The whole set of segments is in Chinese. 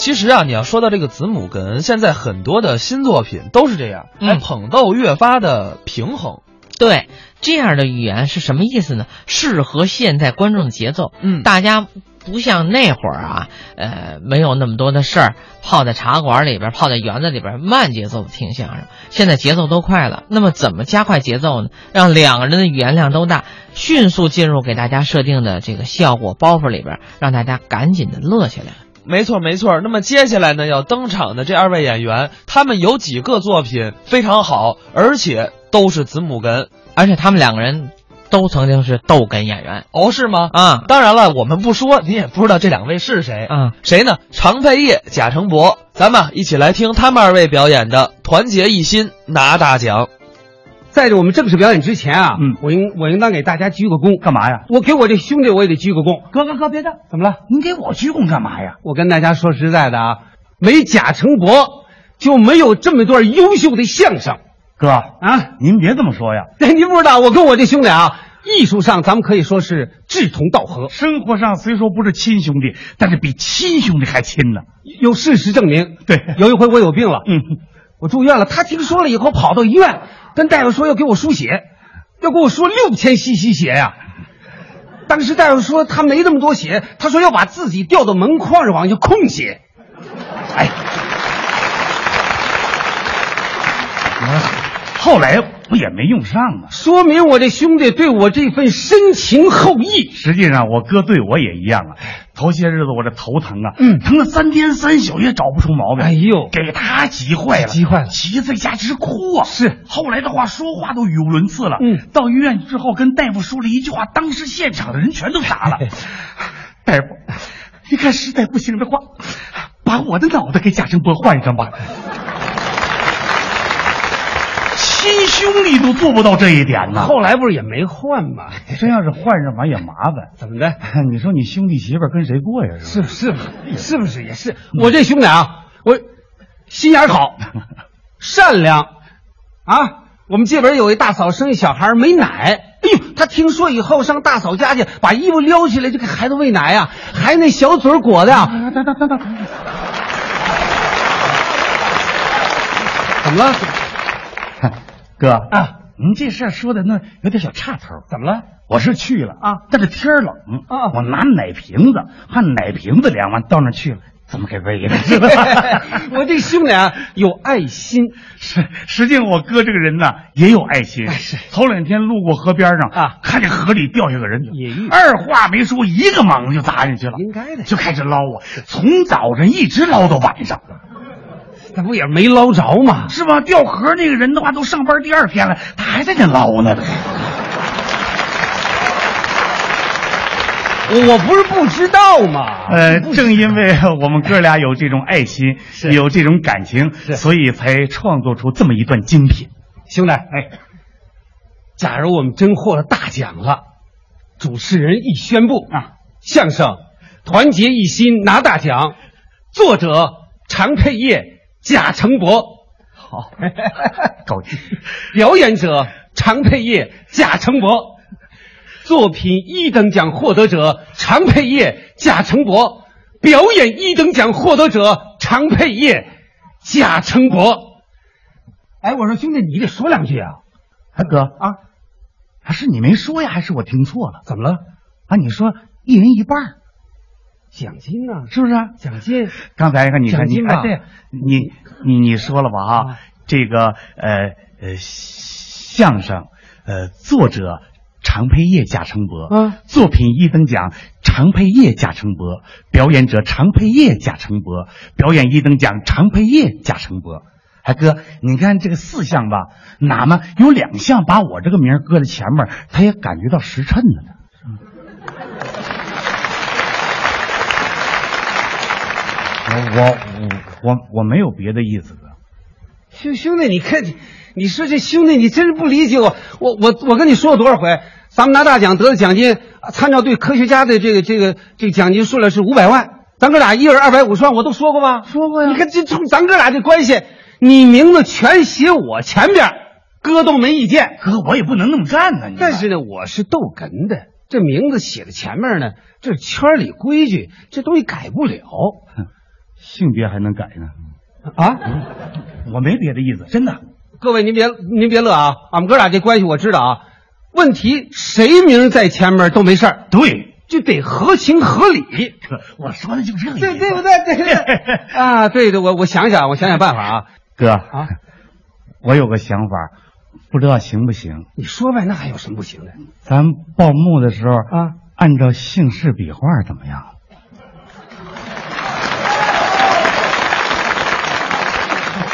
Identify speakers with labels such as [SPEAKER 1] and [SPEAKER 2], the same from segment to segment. [SPEAKER 1] 其实啊，你要说到这个子母哏，现在很多的新作品都是这样，来
[SPEAKER 2] 嗯
[SPEAKER 1] 捧逗越发的平衡。
[SPEAKER 2] 对，这样的语言是什么意思呢？适合现在观众的节奏。
[SPEAKER 1] 嗯
[SPEAKER 2] 大家不像那会儿啊，呃，没有那么多的事儿，泡在茶馆里边，泡在园子里边，慢节奏的听相声。现在节奏都快了，那么怎么加快节奏呢？让两个人的语言量都大，迅速进入给大家设定的这个效果包袱里边，让大家赶紧的乐起来。
[SPEAKER 1] 没错，没错。那么接下来呢，要登场的这二位演员，他们有几个作品非常好，而且都是子母哏。
[SPEAKER 2] 而且他们两个人都曾经是逗哏演员
[SPEAKER 1] 哦，是吗？
[SPEAKER 2] 啊
[SPEAKER 1] 当然了，我们不说，您也不知道这两位是谁。
[SPEAKER 2] 啊！
[SPEAKER 1] 谁呢？常佩业、贾成博。咱们啊一起来听他们二位表演的《团结一心拿大奖》。
[SPEAKER 3] 在这我们正式表演之前啊，
[SPEAKER 4] 嗯
[SPEAKER 3] 我应我应当给大家鞠个躬，
[SPEAKER 4] 干嘛呀？
[SPEAKER 3] 我给我这兄弟我也得鞠个躬。
[SPEAKER 4] 哥哥哥，别的，
[SPEAKER 3] 怎么了？
[SPEAKER 4] 您给我鞠躬干嘛呀？
[SPEAKER 3] 我跟大家说实在的啊，没贾成博就没有这么段优秀的相声
[SPEAKER 4] 哥，
[SPEAKER 3] 啊！
[SPEAKER 4] 您别这么说呀。
[SPEAKER 3] 哎，您不知道，我跟我这兄弟啊，艺术上咱们可以说是志同道合。
[SPEAKER 4] 生活上虽说不是亲兄弟，但是比亲兄弟还亲呢。
[SPEAKER 3] 有事实证明，
[SPEAKER 4] 对
[SPEAKER 3] 有一回我有病了，
[SPEAKER 4] 嗯，
[SPEAKER 3] 我住院了，他听说了以后跑到医院，跟大夫说要给我输血，要给我输六千 cc 血呀、当时大夫说他没那么多血，他说要把自己掉到门框上往下空血。
[SPEAKER 4] 哎，我后来不也没用上啊吗？
[SPEAKER 3] 说明我这兄弟对我这份深情厚谊。
[SPEAKER 4] 实际上，我哥对我也一样啊。头些日子我这头疼啊，
[SPEAKER 3] 嗯
[SPEAKER 4] 疼了三天三宿也找不出毛病。
[SPEAKER 3] 哎呦
[SPEAKER 4] 给他急坏了，
[SPEAKER 3] 急坏了
[SPEAKER 4] 急在家直哭啊。
[SPEAKER 3] 是，
[SPEAKER 4] 后来的话说话都语无伦次了。
[SPEAKER 3] 嗯，
[SPEAKER 4] 到医院之后跟大夫说了一句话，当时现场的人全都傻了。大夫，你看实在不行的话，把我的脑袋给贾正波换上吧。亲兄弟都做不到这一点呢。
[SPEAKER 3] 后来不是也没换吗？
[SPEAKER 4] 真要是换上完也麻烦。
[SPEAKER 3] 怎么的？
[SPEAKER 4] 你说你兄弟媳妇儿跟谁过呀？
[SPEAKER 3] 是是是不是也是我这兄弟啊？我心眼儿好，善良啊。我们这边有一大嫂生一小孩儿没奶，哎呦，他听说以后上大嫂家去，把衣服撩起来就给孩子喂奶呀、还那小嘴儿裹的呀、
[SPEAKER 4] 啊，等等等等，
[SPEAKER 3] 怎么了？
[SPEAKER 4] 哥
[SPEAKER 3] 啊，
[SPEAKER 4] 您这事儿说的那有点小岔头。
[SPEAKER 3] 怎 么了？
[SPEAKER 4] 我是去了
[SPEAKER 3] 啊，
[SPEAKER 4] 但是天儿冷
[SPEAKER 3] 啊啊
[SPEAKER 4] 我拿奶瓶子和奶瓶子量完到那儿去了， 怎么给喂的？是吧
[SPEAKER 3] 我这兄弟啊有爱心，
[SPEAKER 4] 实实际上我哥这个人呢也有爱心。是头两天路过河边上
[SPEAKER 3] 哎啊
[SPEAKER 4] 看见河里掉下个人，
[SPEAKER 3] 也遇
[SPEAKER 4] 二话没说，一个猛就砸进去了，
[SPEAKER 3] 应该的
[SPEAKER 4] 就开始捞啊，从早晨一直捞到晚上。
[SPEAKER 3] 那不也没捞着吗？
[SPEAKER 4] 是吧？掉河那个人的话，都上班第二天了，他还在那捞呢。
[SPEAKER 3] 我我不是不知道嘛。
[SPEAKER 4] 呃，正因为我们哥俩有这种爱心，有这种感情，所以才创作出这么一段精品。
[SPEAKER 3] 兄弟，哎，假如我们真获了大奖了，主持人一宣布
[SPEAKER 4] 啊，
[SPEAKER 3] 相声《团结一心拿大奖》，作者常佩业、贾成博，
[SPEAKER 4] 好，够 劲！
[SPEAKER 3] 表演者常佩业、贾成博，作品一等奖获得者常佩业、贾成博，表演一等奖获得者常佩业、贾成博。哎，我说兄弟，你得说两句啊！
[SPEAKER 4] 哎，哥
[SPEAKER 3] 啊，
[SPEAKER 4] 啊是你没说呀，还是我听错了？
[SPEAKER 3] 怎么了？
[SPEAKER 4] 啊，你说一人一半儿，
[SPEAKER 3] 奖金呢、
[SPEAKER 4] 是不是啊？
[SPEAKER 3] 奖金
[SPEAKER 4] 刚才看你看
[SPEAKER 3] 奖
[SPEAKER 4] 你
[SPEAKER 3] 金嘛
[SPEAKER 4] 哎，对，你你你说了吧啊
[SPEAKER 3] 啊，
[SPEAKER 4] 这个呃呃相声呃作者常佩业贾成博，
[SPEAKER 3] 嗯
[SPEAKER 4] 作品一等奖常佩业贾成博，表演者常佩业贾成博，表演一等奖常佩业贾成博。哎哥，你看这个四项吧，哪么有两项把我这个名儿搁在前面儿，他也感觉到时辰了呢。哦我我我我没有别的意思，哥。
[SPEAKER 3] 兄兄弟，你看你，你说这兄弟，你真是不理解我。我我我跟你说过多少回，咱们拿大奖得的奖金，啊参照对科学家的这个这个这个奖金数量是五百万，咱哥俩一人二百五十万，我都说过吧？
[SPEAKER 4] 说过呀
[SPEAKER 3] 你看这从咱哥俩这关系，你名字全写我前边，哥都没意见。
[SPEAKER 4] 哥，我也不能那么干呢。你
[SPEAKER 3] 但是呢，我是逗哏的，这名字写在前面呢，这是圈里规矩，这东西改不了。
[SPEAKER 4] 性别还能改呢？
[SPEAKER 3] 啊！
[SPEAKER 4] 我没别的意思，真的。
[SPEAKER 3] 各位您别您别乐啊，俺们哥俩这关系我知道啊。问题谁名在前面都没事儿，
[SPEAKER 4] 对，
[SPEAKER 3] 就得合情合理。
[SPEAKER 4] 哥，我说的就是这个
[SPEAKER 3] 对
[SPEAKER 4] 意思。
[SPEAKER 3] 对不对？对对对 啊，对对，我我想想，我想想办法啊
[SPEAKER 4] 哥，
[SPEAKER 3] 啊！
[SPEAKER 4] 我有个想法，不知道行不行？
[SPEAKER 3] 你说呗，那还有什么不行的
[SPEAKER 4] 咱报幕的时候
[SPEAKER 3] 啊？
[SPEAKER 4] 按照姓氏笔画怎么样？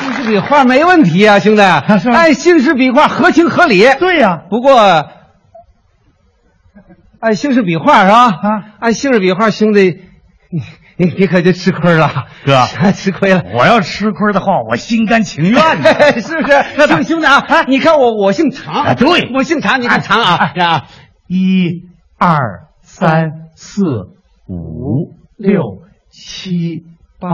[SPEAKER 3] 姓氏笔画没问题啊，兄弟，
[SPEAKER 4] 是吗
[SPEAKER 3] 按姓氏笔画合情合理。
[SPEAKER 4] 对呀、
[SPEAKER 3] 不过，哎按姓氏笔画是吧？哎
[SPEAKER 4] 啊，
[SPEAKER 3] 按姓氏笔画，兄弟，你你你可就吃亏了，
[SPEAKER 4] 哥
[SPEAKER 3] 吃亏了。
[SPEAKER 4] 我要吃亏的话，我心甘情愿的。
[SPEAKER 3] 是不是？兄兄弟啊，你看我我姓常，
[SPEAKER 4] 啊对
[SPEAKER 3] 我姓常，你看常啊啊，
[SPEAKER 4] 一、二、三、四、五、六、七、八、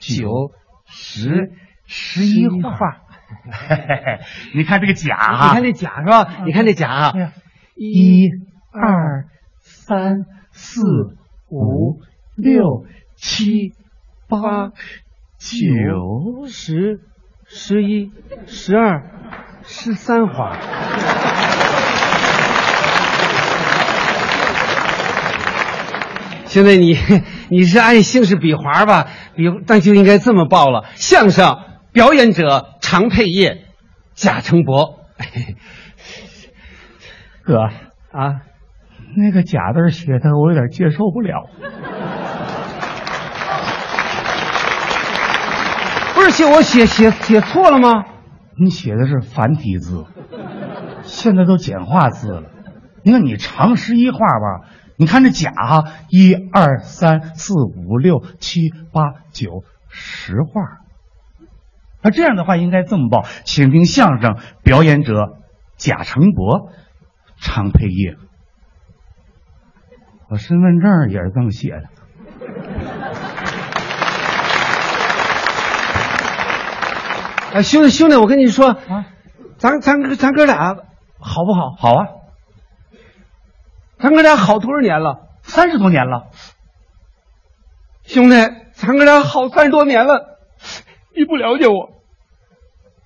[SPEAKER 4] 九、十、十一
[SPEAKER 3] 十一
[SPEAKER 4] 画。 你看这个甲
[SPEAKER 3] 你
[SPEAKER 4] 啊
[SPEAKER 3] 看，这甲是吧？你看这甲啊，
[SPEAKER 4] 一、二、三、四、五、六、七、八、九。
[SPEAKER 3] 十、十一、十二、十三花。兄弟，你你是按姓氏比划吧？比那就应该这么报了。相声表演者常佩业、贾成博
[SPEAKER 4] 哥，
[SPEAKER 3] 啊，
[SPEAKER 4] 那个甲字写的我有点接受不了。
[SPEAKER 3] 不是写我写写写错了吗？
[SPEAKER 4] 你写的是繁体字，现在都简化字了。你看你长十一画吧，你看这甲哈、一二三四五六七八九十画。那这样的话应该这么报，请听相声表演者贾成博，常配业。我身份证也是这么写的。
[SPEAKER 3] 啊，兄弟兄弟，我跟你说，咱咱哥咱哥俩啊好不好？
[SPEAKER 4] 好啊，
[SPEAKER 3] 咱哥俩好多少年了？
[SPEAKER 4] 三十多年了，
[SPEAKER 3] 兄弟，咱哥俩好三十多年了， 你不了解我，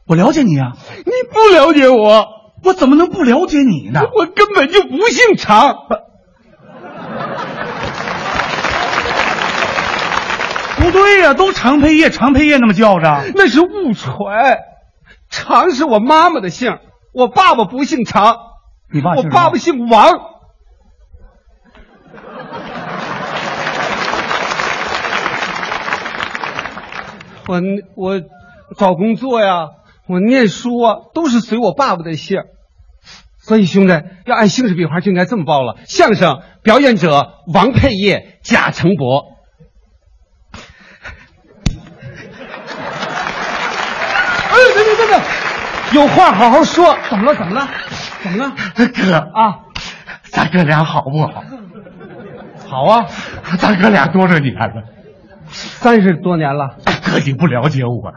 [SPEAKER 4] 我了解你啊，
[SPEAKER 3] 你不了解我，
[SPEAKER 4] 我怎么能不了解你呢？
[SPEAKER 3] 我根本就不姓常。
[SPEAKER 4] 不对呀、都常配业，常配业那么叫着。
[SPEAKER 3] 那是误传。常是我妈妈的姓，我爸爸不姓常，
[SPEAKER 4] 你爸
[SPEAKER 3] 我
[SPEAKER 4] 姓什么
[SPEAKER 3] 爸爸姓王。我我找工作呀，我念书啊，都是随我爸爸的姓。所以兄弟要按姓氏笔画就应该这么报了。相声表演者王佩业、贾成博。哎，等等等等，有话好好说。怎么了？怎么了？怎么了？
[SPEAKER 4] 哥啊，咱哥俩好不好？好啊，咱哥俩多少年了？
[SPEAKER 3] 三十多年了，
[SPEAKER 4] 哥，你不了解我，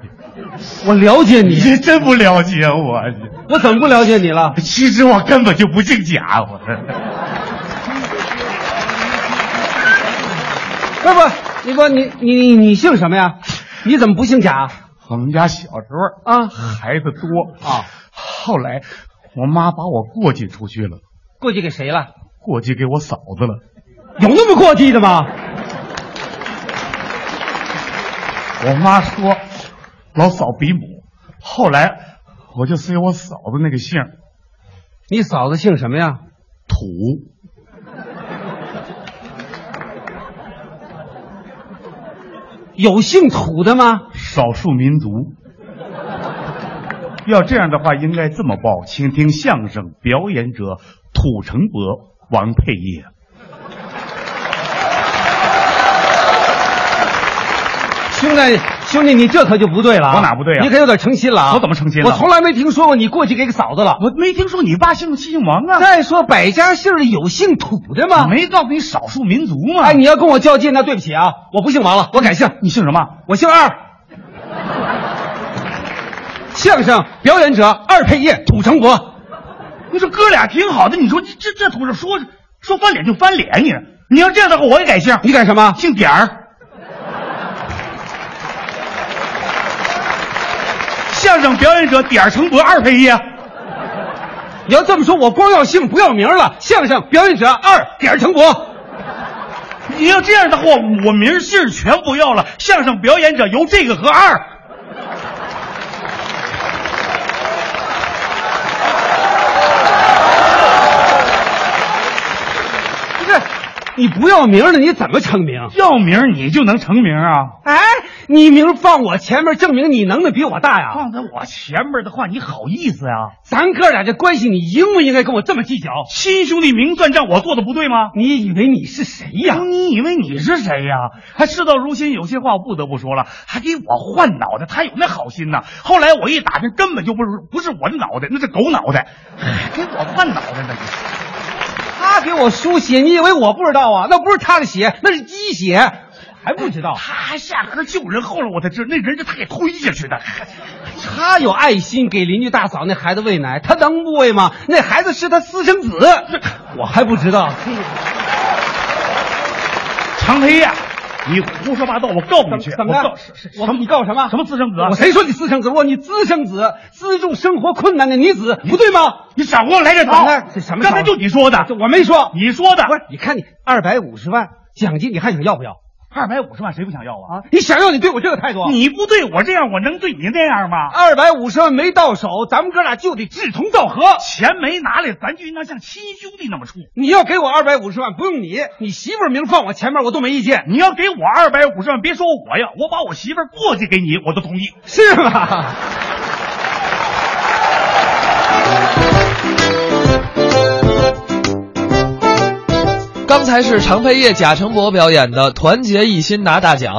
[SPEAKER 3] 我了解你，
[SPEAKER 4] 你真不了解我。
[SPEAKER 3] 我怎么不了解你了？
[SPEAKER 4] 其实我根本就不姓贾，我
[SPEAKER 3] 不是不是，你说你你你你姓什么呀？你怎么不姓贾
[SPEAKER 4] 我们家小时候
[SPEAKER 3] 啊？
[SPEAKER 4] 孩子多
[SPEAKER 3] 啊，
[SPEAKER 4] 后来我妈把我过继出去了，
[SPEAKER 3] 过继给谁了？
[SPEAKER 4] 过继给我嫂子了。
[SPEAKER 3] 有那么过继的吗？
[SPEAKER 4] 我妈说老嫂比母，后来我就随我嫂子那个姓儿
[SPEAKER 3] 你嫂子姓什么呀？
[SPEAKER 4] 土。
[SPEAKER 3] 有姓土的吗？
[SPEAKER 4] 少数民族。要这样的话，应该这么报，请听相声表演者土城伯王佩业。
[SPEAKER 3] 兄弟，兄弟，你这可就不对了啊！
[SPEAKER 4] 我哪不对啊
[SPEAKER 3] 你可有点成心了啊！
[SPEAKER 4] 我怎么成心了
[SPEAKER 3] 我从来没听说过你过继给个嫂子了。
[SPEAKER 4] 我没听说你爸姓姓王啊，
[SPEAKER 3] 再说百家姓里有姓土的吗？
[SPEAKER 4] 我没告诉你少数民族吗？
[SPEAKER 3] 哎，你要跟我较劲，那对不起啊，我不姓王了，我改姓，
[SPEAKER 4] 你姓什么？
[SPEAKER 3] 我姓二。 相声表演者二配业土城伯，
[SPEAKER 4] 你说哥俩挺好的，你说这这这土上说说翻脸就翻脸，你你要这样的话，我也改姓，
[SPEAKER 3] 你改什么？
[SPEAKER 4] 姓点儿。相声表演者点儿成博二配业，
[SPEAKER 3] 你要这么说，我光要姓不要名了。相声表演者二点儿成博，
[SPEAKER 4] 你要这样的话，我名儿姓儿全不要了，相声表演者由这个和二。
[SPEAKER 3] 不是，你不要名了，你怎么成名？
[SPEAKER 4] 要名儿你就能成名啊！
[SPEAKER 3] 哎，你名放我前面，证明你能耐比我大呀。
[SPEAKER 4] 放在我前面的话，你好意思啊？
[SPEAKER 3] 咱哥俩这关系，你应不应该跟我这么计较？
[SPEAKER 4] 亲兄弟明算账，我做的不对吗？
[SPEAKER 3] 你以为你是谁哎呀？
[SPEAKER 4] 你以为你是谁呀、还事到如今，有些话不得不说了，还给我换脑袋，他有那好心呐。后来我一打听，根本就不是不是我的脑袋，那是狗脑袋，还给我换脑袋呢。
[SPEAKER 3] 他给我输血，你以为我不知道啊？那不是他的血，那是鸡血，还不知道？
[SPEAKER 4] 他还下河救人，后来我才知道那人是他给推下去的。
[SPEAKER 3] 他有爱心，给邻居大嫂那孩子喂奶，他能不喂吗？那孩子是他私生子，我还不知道。
[SPEAKER 4] 常黑呀，你胡说八道！我告你去，
[SPEAKER 3] 怎么
[SPEAKER 4] 我
[SPEAKER 3] 的
[SPEAKER 4] 告是是
[SPEAKER 3] 我
[SPEAKER 4] 什么
[SPEAKER 3] 你告什么
[SPEAKER 4] 什么私生子？
[SPEAKER 3] 我谁说你私生子？啊我你私生子，资助生活困难的女子，不对吗？
[SPEAKER 4] 你少给我来这套！
[SPEAKER 3] 那这什么套
[SPEAKER 4] 刚才就你说的，
[SPEAKER 3] 我没说
[SPEAKER 4] 你说的。
[SPEAKER 3] 不是，你看你二百五十万奖金，你还想要不要
[SPEAKER 4] 二百五十万谁不想要
[SPEAKER 3] 啊？
[SPEAKER 4] 啊？
[SPEAKER 3] 你想要，你对我这个态度，啊
[SPEAKER 4] 你不对我这样，我能对你那样吗？
[SPEAKER 3] 二百五十万没到手，咱们哥俩就得志同道合。
[SPEAKER 4] 钱没拿来，咱就应当像亲兄弟那么处。
[SPEAKER 3] 你要给我二百五十万，不用你，你媳妇儿名放我前面，我都没意见，
[SPEAKER 4] 你要给我二百五十万，别说我呀，我把我媳妇儿过继给你，我都同意。
[SPEAKER 3] 是吧？
[SPEAKER 1] 刚才是常佩业、贾成博表演的《团结一心拿大奖》。